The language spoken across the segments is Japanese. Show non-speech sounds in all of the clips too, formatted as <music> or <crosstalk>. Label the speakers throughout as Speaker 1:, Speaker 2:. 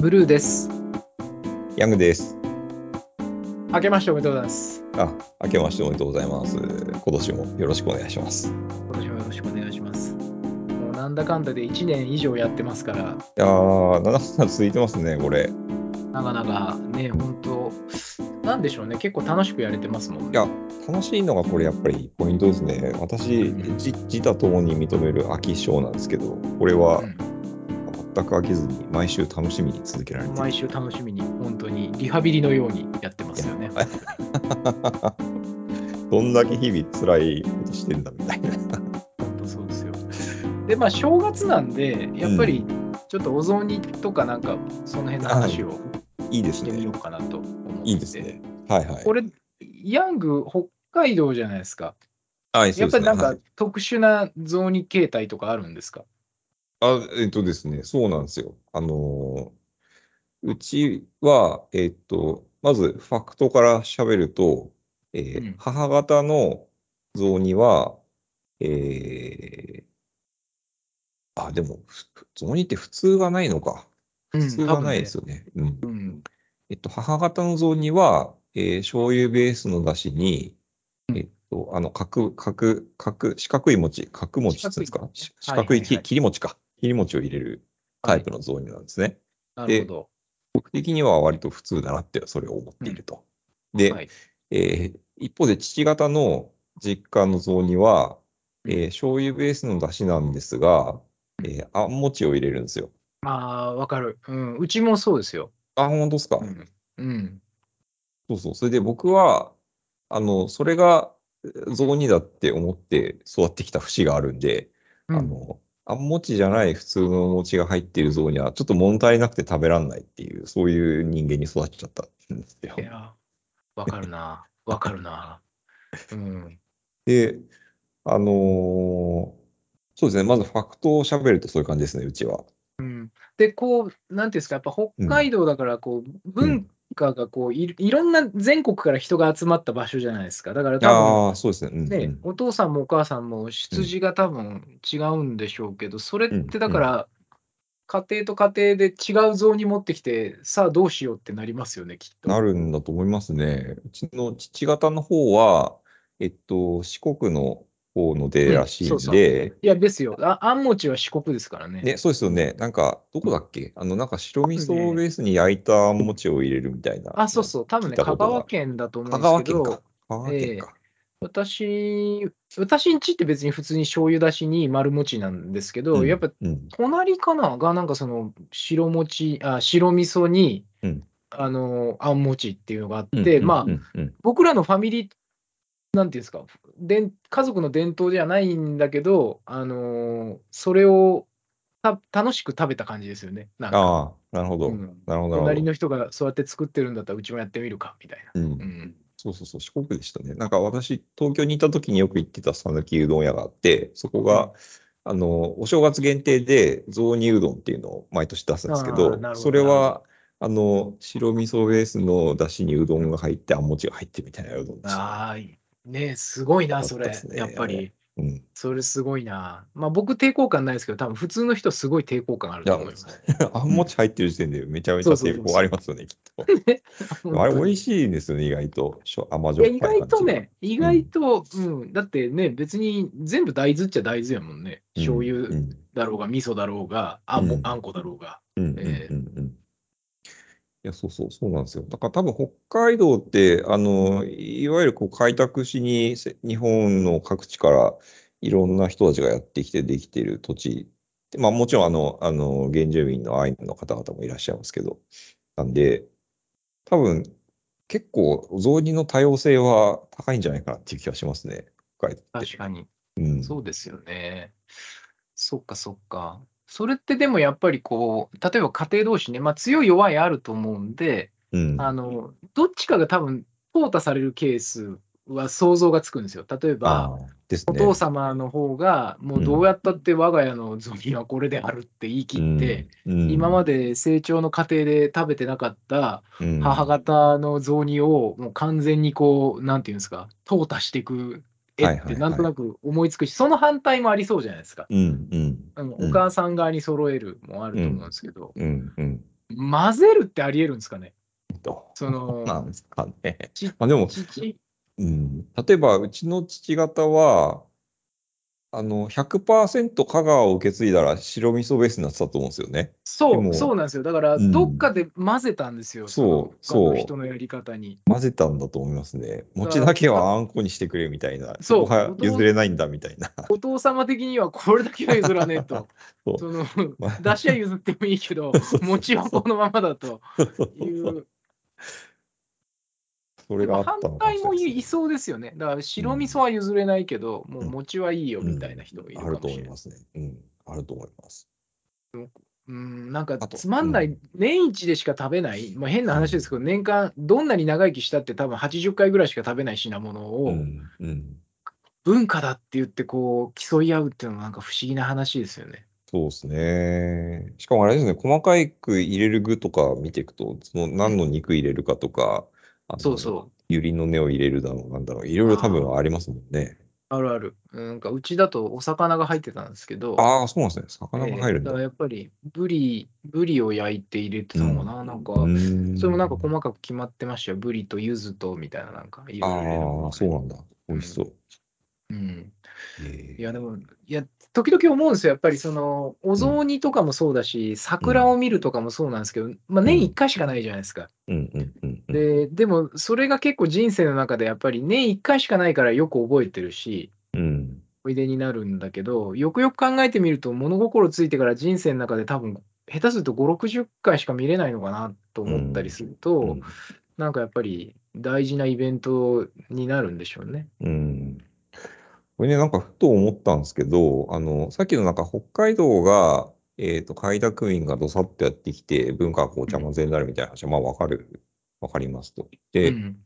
Speaker 1: ブルーです。
Speaker 2: ヤングです。
Speaker 1: 明けましておめでとうございます。
Speaker 2: あ、明けましておめでとうございます。今年もよろしくお願いします。い
Speaker 1: 今年もよろしくお願いします。もうなんだかんだで1年以上やってますから、
Speaker 2: やー、なんだかんだ続いてますね、これ。い
Speaker 1: なかなかね、本当なんでしょうね、結構楽しくやれてますもんね。
Speaker 2: や、楽しいのがこれやっぱりポイントですね。私、じ自他ともに認める飽き性なんですけど、これは
Speaker 1: うん
Speaker 2: 全く飽きずに毎週楽しみに続けられてる。
Speaker 1: 毎週楽しみに、本当にリハビリのようにやってますよね。
Speaker 2: <laughs> どんだけ日々辛いことしてんだみたいな。
Speaker 1: 本当そうですよ。で、まあ、正月なんで、やっぱりちょっとお雑煮とかなんか、その辺の話を
Speaker 2: いいです
Speaker 1: してみ
Speaker 2: ね
Speaker 1: よ。うかなと思って。
Speaker 2: いいですね。はいはい。
Speaker 1: これ、ヤング、北海道じゃないですか。
Speaker 2: はい、そ
Speaker 1: や
Speaker 2: う
Speaker 1: っ
Speaker 2: で
Speaker 1: ぱり
Speaker 2: すね
Speaker 1: なん
Speaker 2: は
Speaker 1: か
Speaker 2: い
Speaker 1: 特殊な雑煮形態とかあるんですか、
Speaker 2: あ、えっとですね、そうなんですよ。あのーうちは、えっと、まずファクトから喋ると、えー
Speaker 1: うん
Speaker 2: 母方の雑煮は、えーあ、でも、ふ雑煮って普通はないのか。普通はないですよね。うん。
Speaker 1: 多分ね
Speaker 2: えっと、母方の雑煮は、えー醤油ベースのだしに、
Speaker 1: うん
Speaker 2: えっと、あの、角、角、角、四角い餅、角餅って言うんですかし四
Speaker 1: 四角いはいはい
Speaker 2: 角い
Speaker 1: は
Speaker 2: き
Speaker 1: い
Speaker 2: 切り餅か。切り餅を入れるタイプの雑煮なんですね。
Speaker 1: なるほど。
Speaker 2: 僕的には割と普通だなって、それを思っていると。で、
Speaker 1: はい
Speaker 2: えー一方で父方の実家の雑煮は、えー
Speaker 1: うん
Speaker 2: 醤油ベースのだしなんですが、えーあん餅を入れるんですよ。
Speaker 1: ああ、わかる、うん。うちもそうですよ。
Speaker 2: あ、本当ですか。
Speaker 1: うん。うん、
Speaker 2: そうそう。それで僕は、あの、それがえー雑煮だって思って育ってきた節があるんで、
Speaker 1: うん
Speaker 2: あの、あん餅じゃない普通の餅が入っている雑煮は、ちょっと物足りなくて食べらんないっていう、そういう人間に育っちゃったんですよ
Speaker 1: い。や、わかるな。わかるな。うん。
Speaker 2: で、あのーそうですね。まずファクトを喋るとそういう感じですね、うちは。
Speaker 1: で、こう、なんていうんですか、やっぱ北海道だから、こう、文化がこうい、いろんな全国から人が集まった場所じゃないですか。だから多分、
Speaker 2: ああ、そうですね。うん、う
Speaker 1: ね
Speaker 2: ん、
Speaker 1: お父さんもお母さんも羊が多分違うんでしょうけど、それってだから、家庭と家庭で違う像に持ってきて、さあどうしようってなりますよね、きっと。
Speaker 2: なるんだと思いますね。うちの父方の方は、えっと、四国の方の出らしい
Speaker 1: うんんそうそう
Speaker 2: で、
Speaker 1: いや、ですよ。ああんもちは四国ですからね。
Speaker 2: ね、そうですよね。なんか、どこだっけあの、なんか白味
Speaker 1: そう
Speaker 2: 噌
Speaker 1: ね
Speaker 2: ベースに焼いた餅を入れるみたいな。
Speaker 1: あ、そうそう。多分
Speaker 2: 聞
Speaker 1: ね、
Speaker 2: いた
Speaker 1: 香
Speaker 2: ことが
Speaker 1: 川県だと思
Speaker 2: 香
Speaker 1: う
Speaker 2: 川
Speaker 1: んですけ
Speaker 2: 県か
Speaker 1: ど、。
Speaker 2: 香川県か。
Speaker 1: 私、私んちって別に普通に醤油だしに丸餅なんですけど、
Speaker 2: うん
Speaker 1: やっぱ
Speaker 2: うん。
Speaker 1: 隣かながなんかその白餅、あ白味噌に、
Speaker 2: うん
Speaker 1: あの、あん餅っていうのがあって、まあ、
Speaker 2: うんうん
Speaker 1: 僕らのファミリー、なんていうんですか、でん家族の伝統ではないんだけど、あのーそれをた楽しく食べた感じですよね。なんか
Speaker 2: ああ、なるほど。
Speaker 1: うん
Speaker 2: なるほど、なる
Speaker 1: 隣
Speaker 2: ほど。
Speaker 1: の人がそうやって作ってるんだったら、うちもやってみるかみたいな。
Speaker 2: うん
Speaker 1: うん、
Speaker 2: そうそうそう、四国でしたね。なんか私、東京にいた時によく行ってた讃岐うどん屋があって、そこ
Speaker 1: うん
Speaker 2: が、あの、お正月限定で雑煮うどんっていうのを毎年出すんですけ
Speaker 1: あーなるほど
Speaker 2: ど、それは、あの、白味噌ベースのだしにうどんが入って、あん餅が入ってみたいなうどんでした。
Speaker 1: ああ、ねえすごいな、そ
Speaker 2: よ
Speaker 1: れ
Speaker 2: かったっす。ね
Speaker 1: やっぱ
Speaker 2: あ
Speaker 1: り
Speaker 2: れ、うん。
Speaker 1: それすごいな。まあ、僕、抵抗感ないですけど、多分普通の人、すごい抵抗感あると思います。
Speaker 2: <laughs> あんもち入ってる時点でめちゃめちゃ
Speaker 1: そうそうそう
Speaker 2: 抵抗ありますよね、きっ
Speaker 1: <laughs>
Speaker 2: と。あれ、美味しいんですよね、意外と。しょ甘じ
Speaker 1: い
Speaker 2: ょ
Speaker 1: や
Speaker 2: っ
Speaker 1: 意
Speaker 2: ぱ
Speaker 1: 外
Speaker 2: い感
Speaker 1: と
Speaker 2: じが。
Speaker 1: ね、意外と、うん、だってね、別に全部大豆っちゃ大豆やもんね。
Speaker 2: うん
Speaker 1: 醤油
Speaker 2: うん
Speaker 1: だろうが、味噌だろうが、あんも、
Speaker 2: うん
Speaker 1: あんこだろうが。
Speaker 2: うんうんうん
Speaker 1: え
Speaker 2: うんいや、そうそう、そうなんですよ。だから多分北海道って、あの、いわゆるこう開拓しにせ日本の各地からいろんな人たちがやってきてできている土地。でまあもちろんあの、あの、原住民のアイヌの方々もいらっしゃいますけど。なんで、多分結構雑煮の多様性は高いんじゃないかなっていう気がしますね。北海道っ
Speaker 1: 確
Speaker 2: て。
Speaker 1: かに。
Speaker 2: うん。
Speaker 1: そうですよね。そっかそっか。それってでもやっぱりこう、例えば家庭同士ね、まあ強い弱いあると思うんで、
Speaker 2: うん。
Speaker 1: あの、どっちかが多分、淘汰されるケースは想像がつくんですよ。例えば、
Speaker 2: あーです
Speaker 1: お
Speaker 2: ね。
Speaker 1: 父様の方が、もうどうやったって我が家の雑煮はこれであるって言い切って、
Speaker 2: うん、
Speaker 1: 今まで成長の過程で食べてなかった
Speaker 2: うん
Speaker 1: 母方の雑煮をもう完全にこう、なんていうんですか、淘汰していく絵
Speaker 2: はい
Speaker 1: っ
Speaker 2: はい
Speaker 1: て
Speaker 2: はい
Speaker 1: なんとなく思いつくし、その反対もありそうじゃないですか。
Speaker 2: うんうん
Speaker 1: あの
Speaker 2: うん
Speaker 1: お母さん側に揃えるもあると思うんですけど、
Speaker 2: うんうん。
Speaker 1: 混ぜるってありえるんですかね
Speaker 2: ど
Speaker 1: その
Speaker 2: う、なんですかね。
Speaker 1: ち
Speaker 2: まあでも、
Speaker 1: ちち
Speaker 2: うん、例えばうちの父方は、あの100%香川を受け継いだら白味噌ベースになってたと思うんですよね。で
Speaker 1: そう、
Speaker 2: も
Speaker 1: そうなんですよ。だから、
Speaker 2: うん
Speaker 1: どっかで混ぜたんですよ。
Speaker 2: そう
Speaker 1: その他の
Speaker 2: そう
Speaker 1: 人のやり方に。
Speaker 2: 混ぜたんだと思いますね。
Speaker 1: から
Speaker 2: 餅だけはあんこにしてくれみたいな。
Speaker 1: そう
Speaker 2: こは譲れないんだみたいな。 <laughs>
Speaker 1: お父様的にはこれだけは譲らねえと
Speaker 2: そ。う
Speaker 1: その、出汁は譲ってもいいけど、餅はこのままだという。
Speaker 2: そ
Speaker 1: で
Speaker 2: れがあ
Speaker 1: も
Speaker 2: っ
Speaker 1: 反
Speaker 2: たのか
Speaker 1: 対も
Speaker 2: もしれないい。
Speaker 1: そうですよね。だから白味噌は譲れないけど、もう餅はいいよ
Speaker 2: うん
Speaker 1: みたいな人もいる
Speaker 2: あ
Speaker 1: か
Speaker 2: る
Speaker 1: もし
Speaker 2: と
Speaker 1: れ
Speaker 2: 思
Speaker 1: ない
Speaker 2: い。ますね。うん、あると思います。
Speaker 1: うん、なんか
Speaker 2: あと
Speaker 1: つまんない、
Speaker 2: うん
Speaker 1: 年一でしか食べない、まあ、変な話ですけど、年間、どんなに長生きしたって、多分80回ぐらいしか食べない品物
Speaker 2: う
Speaker 1: を、
Speaker 2: ん、うん、
Speaker 1: 文化だって言って、こう、競い合うっていうのは、なんか不思議な話ですよね。
Speaker 2: そうですね。しかもあれですね、細かいく入れる具とか見ていくと、その何の肉入れるかとか、あの
Speaker 1: そうそう、
Speaker 2: ユリの根を入れるだろう、なんだろう、いろいろ多分ありますもんね。
Speaker 1: あるある。うんなんか、うちだとお魚が入ってたんですけど、
Speaker 2: ああ、そうなんですね。魚
Speaker 1: え
Speaker 2: が
Speaker 1: ー
Speaker 2: 入るん
Speaker 1: だ
Speaker 2: だ。
Speaker 1: からやっぱり、ブリ、ブリを焼いて入れてたのかな、なんか、
Speaker 2: うん
Speaker 1: それもなんか細かく決まってましたよ。ブリと柚子とみたいな、なんか、いろいろ入れるの
Speaker 2: あ
Speaker 1: が
Speaker 2: あ、そうなんだ。美味しそう。
Speaker 1: うん。
Speaker 2: ええ
Speaker 1: いやでも、いや、時々思うんですよ、やっぱりその、お雑煮とかもそうだし、桜を見るとかもそうなんですけど、まあ、年1回しかないじゃないですか。
Speaker 2: うんうんうんうん。
Speaker 1: で、でも、それが結構人生の中で、やっぱり年1回しかないからよく覚えてるし、
Speaker 2: うん
Speaker 1: 思い出になるんだけど、よくよく考えてみると、物心ついてから人生の中で多分、下手すると5、60回しか見れないのかなと思ったりすると、
Speaker 2: うん
Speaker 1: なんかやっぱり大事なイベントになるんでしょうね。
Speaker 2: うん。これね、なんかふと思ったんですけど、あの、さっきのなんか北海道が、えっと、開拓民がどさっとやってきて、文化がこう邪魔ぜになるみたいな話は、まあわかる、わかりますと。
Speaker 1: う
Speaker 2: で、
Speaker 1: ん、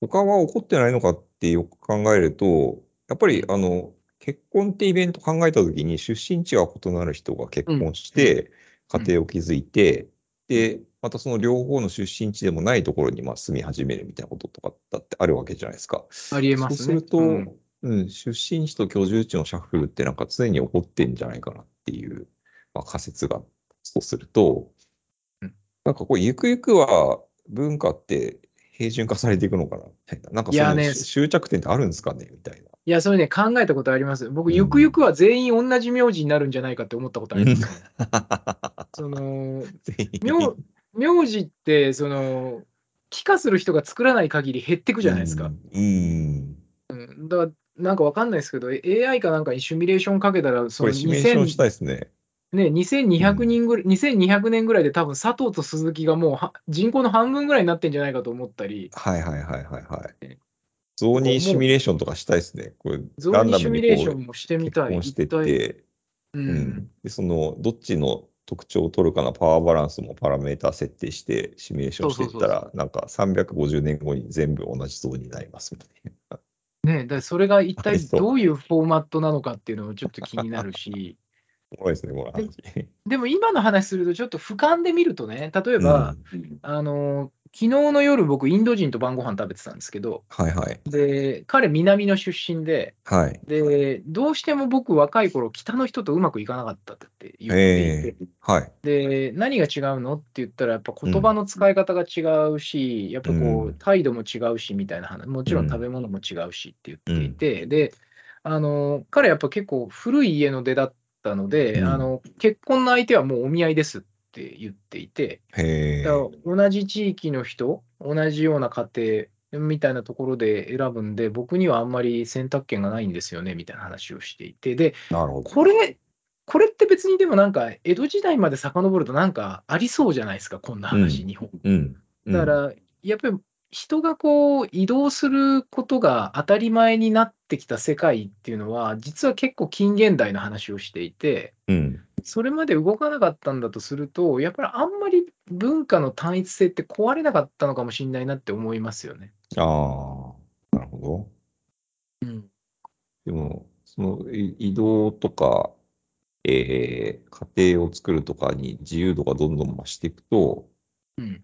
Speaker 2: 他は起こってないのかってよく考えると、やっぱり
Speaker 1: う
Speaker 2: あの結婚ってイベント考えたときに、出身地が異なる人が結婚して、
Speaker 1: うん
Speaker 2: 家庭を築いて、で、またその両方の出身地でもないところにまあ住み始めるみたいなこととかだってあるわけじゃないですか。
Speaker 1: ありえますね。
Speaker 2: そうすると、
Speaker 1: う
Speaker 2: うんん出身地と居住地のシャッフルってなんか常に起こってんじゃないかなっていう、まあ、仮説がそうすると
Speaker 1: うん、
Speaker 2: なんかこう、ゆくゆくは文化って平準化されていくのかなみたいな。なんか
Speaker 1: い
Speaker 2: そ
Speaker 1: や
Speaker 2: の、
Speaker 1: ね
Speaker 2: し終着点ってあるんですかねみたいな。 <laughs>
Speaker 1: いや、それね、考えたことあります。僕、
Speaker 2: うん
Speaker 1: ゆくゆくは全員同じ名字になるんじゃないかって思ったことあります、 <laughs> その、名名字って、その、帰化する人が作らない限り減ってくじゃないですか。
Speaker 2: うん。
Speaker 1: だから、なんかわかんないですけど、え AI かなんかにシミュレーションかけたら、そ
Speaker 2: こ
Speaker 1: の
Speaker 2: れシミュレーションし
Speaker 1: 2000、
Speaker 2: たいですね。
Speaker 1: ね、2200人ぐらい、2200年ぐらいで多分佐藤と鈴木がもうは人口の半分ぐらいになってんじゃないかと思ったり、
Speaker 2: はいはいはいはいはい。雑煮シミュレーションとかしたいですね。これ
Speaker 1: ゾ
Speaker 2: ラ
Speaker 1: ー
Speaker 2: ン
Speaker 1: ニ
Speaker 2: ダ
Speaker 1: シ
Speaker 2: ム
Speaker 1: ミ
Speaker 2: に
Speaker 1: ュレーショ
Speaker 2: こ
Speaker 1: ンもして
Speaker 2: う
Speaker 1: み
Speaker 2: 結
Speaker 1: たい。
Speaker 2: 婚してっ
Speaker 1: 一体
Speaker 2: て、
Speaker 1: う
Speaker 2: うんん、でそのどっちの特徴を取るかなパワーバランスもパラメータ設定してシミュレーションしていった
Speaker 1: そうそう
Speaker 2: らなんか350年後に全部同じ像になりますみたいな。
Speaker 1: ね、だからそれが一
Speaker 2: あ
Speaker 1: 体
Speaker 2: りそう
Speaker 1: どういうフォーマットなのかっていうのもちょっと気になるし、
Speaker 2: おもろいですね、この話。
Speaker 1: でも今の話すると、ちょっと俯瞰で見るとね、例えば、あの昨日の夜、僕、インド人と晩ご飯食べてたんですけど、
Speaker 2: はいはい。
Speaker 1: で彼、南の出身で
Speaker 2: はい。
Speaker 1: で、どうしても僕、若い頃北の人とうまくいかなかったって言っていて
Speaker 2: え、えはい。
Speaker 1: で何が違うのって言ったら、やっぱ言葉の使い方が違うし、やっぱこ
Speaker 2: う
Speaker 1: うん態度も違うしみたいな話、もちろん食べ物も違うしって言っていて、であの彼、やっぱ結構古い家の出だったので、
Speaker 2: うん
Speaker 1: あの結婚の相手はもうお見合いですって言っていて、
Speaker 2: へえ。
Speaker 1: だから同じ地域の人、同じような家庭みたいなところで選ぶんで、僕にはあんまり選択権がないんですよねみたいな話をしていて、で
Speaker 2: なるほど。
Speaker 1: これ、これって別にでもなんか、江戸時代まで遡るとなんかありそうじゃないですか、こんな話、
Speaker 2: う
Speaker 1: 日本。
Speaker 2: うん。うん
Speaker 1: だか、ら、やっぱり人がこう移動することが当たり前になってきた世界っていうのは、実は結構近現代の話をしていて、
Speaker 2: うん。
Speaker 1: それまで動かなかったんだとすると、やっぱりあんまり文化の単一性って壊れなかったのかもしれないなって思いますよね。
Speaker 2: ああ、なるほど。
Speaker 1: うん、
Speaker 2: でも、そのい移動とか、えー家庭を作るとかに自由度がどんどん増していくと、
Speaker 1: うん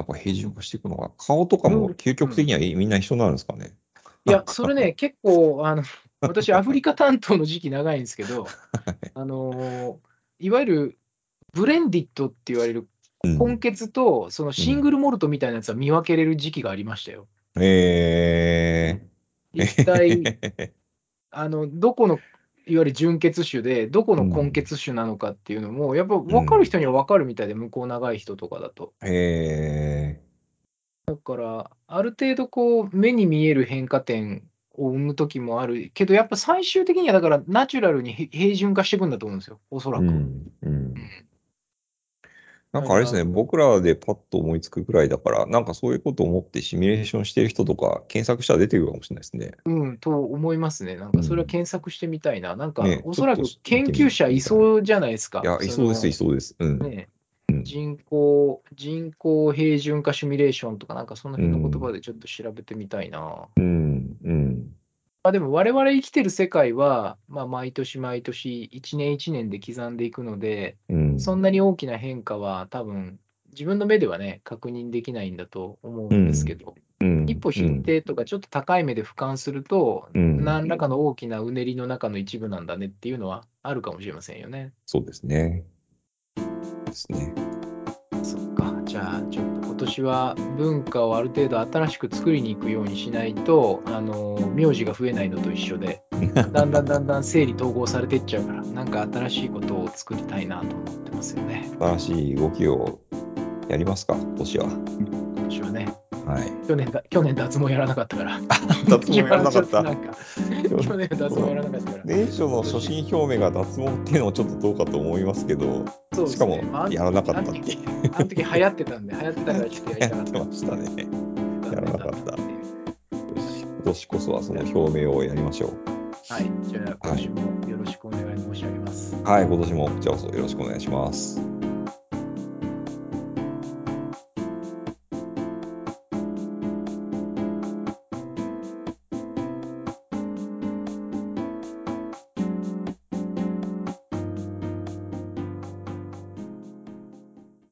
Speaker 2: やっぱ平準化していくのが、顔とかも究極的にはみんな一緒になるんですかね。
Speaker 1: いや、それね、結構、あの、私、アフリカ担当の時期長いんですけど、あのーいわゆるブレンディットって言われる根血と、そのシングルモルトみたいなやつは見分けれる時期がありましたよ。
Speaker 2: えー、
Speaker 1: 一体、あの、どこの、いわゆる純血種で、どこの根血種なのかっていうのも、やっぱ分かる人には分かるみたいで、向こう長い人とかだと。
Speaker 2: え
Speaker 1: だから、ある程度こう、目に見える変化点を生む時もあるけど、やっぱ最終的にはだから、ナチュラルにへ平準化していくんだと思うんですよ、おそら
Speaker 2: ー、う
Speaker 1: く。
Speaker 2: ん、うん。なんかあれですね、僕らでパッと思いつくくらいだから、なんかそういうことを思ってシミュレーションしてる人とか、検索したら出てくるかもしれないですね。
Speaker 1: うん、と思いますね。なんかそれは検索してみたいな。なんか
Speaker 2: ね
Speaker 1: おそらく
Speaker 2: ちょっと
Speaker 1: 研究者いそうじゃないですか。
Speaker 2: いや、いそうです、い
Speaker 1: そ
Speaker 2: そうです。うん。
Speaker 1: のね
Speaker 2: うん
Speaker 1: 人口、人口平準化シミュレーションとか、なんかその辺の言葉でちょっと調べてみたいな。
Speaker 2: うん、うん。
Speaker 1: まあでも我々生きてる世界は、まあ毎年毎年、一年一年で刻んでいくので、
Speaker 2: うん。
Speaker 1: そんなに大きな変化は多分、自分の目ではね、確認できないんだと思うんですけど、
Speaker 2: うん
Speaker 1: 一歩引い、てとか、ちょっと高い目で俯瞰すると、
Speaker 2: うん、
Speaker 1: 何らかの大きなうねりの中の一部なんだねっていうのはあるかもしれませんよね。
Speaker 2: そうですね。ですね。
Speaker 1: そっか。じゃあ、ちょっと今年は文化をある程度新しく作りに行くようにしないと、あの、名字が増えないのと一緒
Speaker 2: <laughs>
Speaker 1: で、だんだんだんだん整理統合されていっちゃうから、なんか新しいことを作りたいなと思ってますよね。
Speaker 2: 新しい動きをやりますか、今年は。
Speaker 1: 今年はね。
Speaker 2: はい。
Speaker 1: 去年だ、去年脱毛やらなかったから。
Speaker 2: 脱毛やらなか
Speaker 1: <laughs> 今年はち
Speaker 2: っ
Speaker 1: ょ
Speaker 2: た。
Speaker 1: となんか去年脱毛やらなかったから。
Speaker 2: 年初の所信表明が脱毛っていうのもちょっとどうかと思いますけど、
Speaker 1: そうで
Speaker 2: し
Speaker 1: す
Speaker 2: か
Speaker 1: ね
Speaker 2: も
Speaker 1: まああん
Speaker 2: やらなかったっていう
Speaker 1: あの時流行ってたんで、流行ってたからちょっとやりた
Speaker 2: や
Speaker 1: か
Speaker 2: っ
Speaker 1: ってた。
Speaker 2: ま <laughs> したね。
Speaker 1: や
Speaker 2: らなかった今年こそはその表明をやりましょう。
Speaker 1: はい、じゃあ今週もよろしくお願い申し上げます。
Speaker 2: はい、今年もこちらこそよろしくお願いします。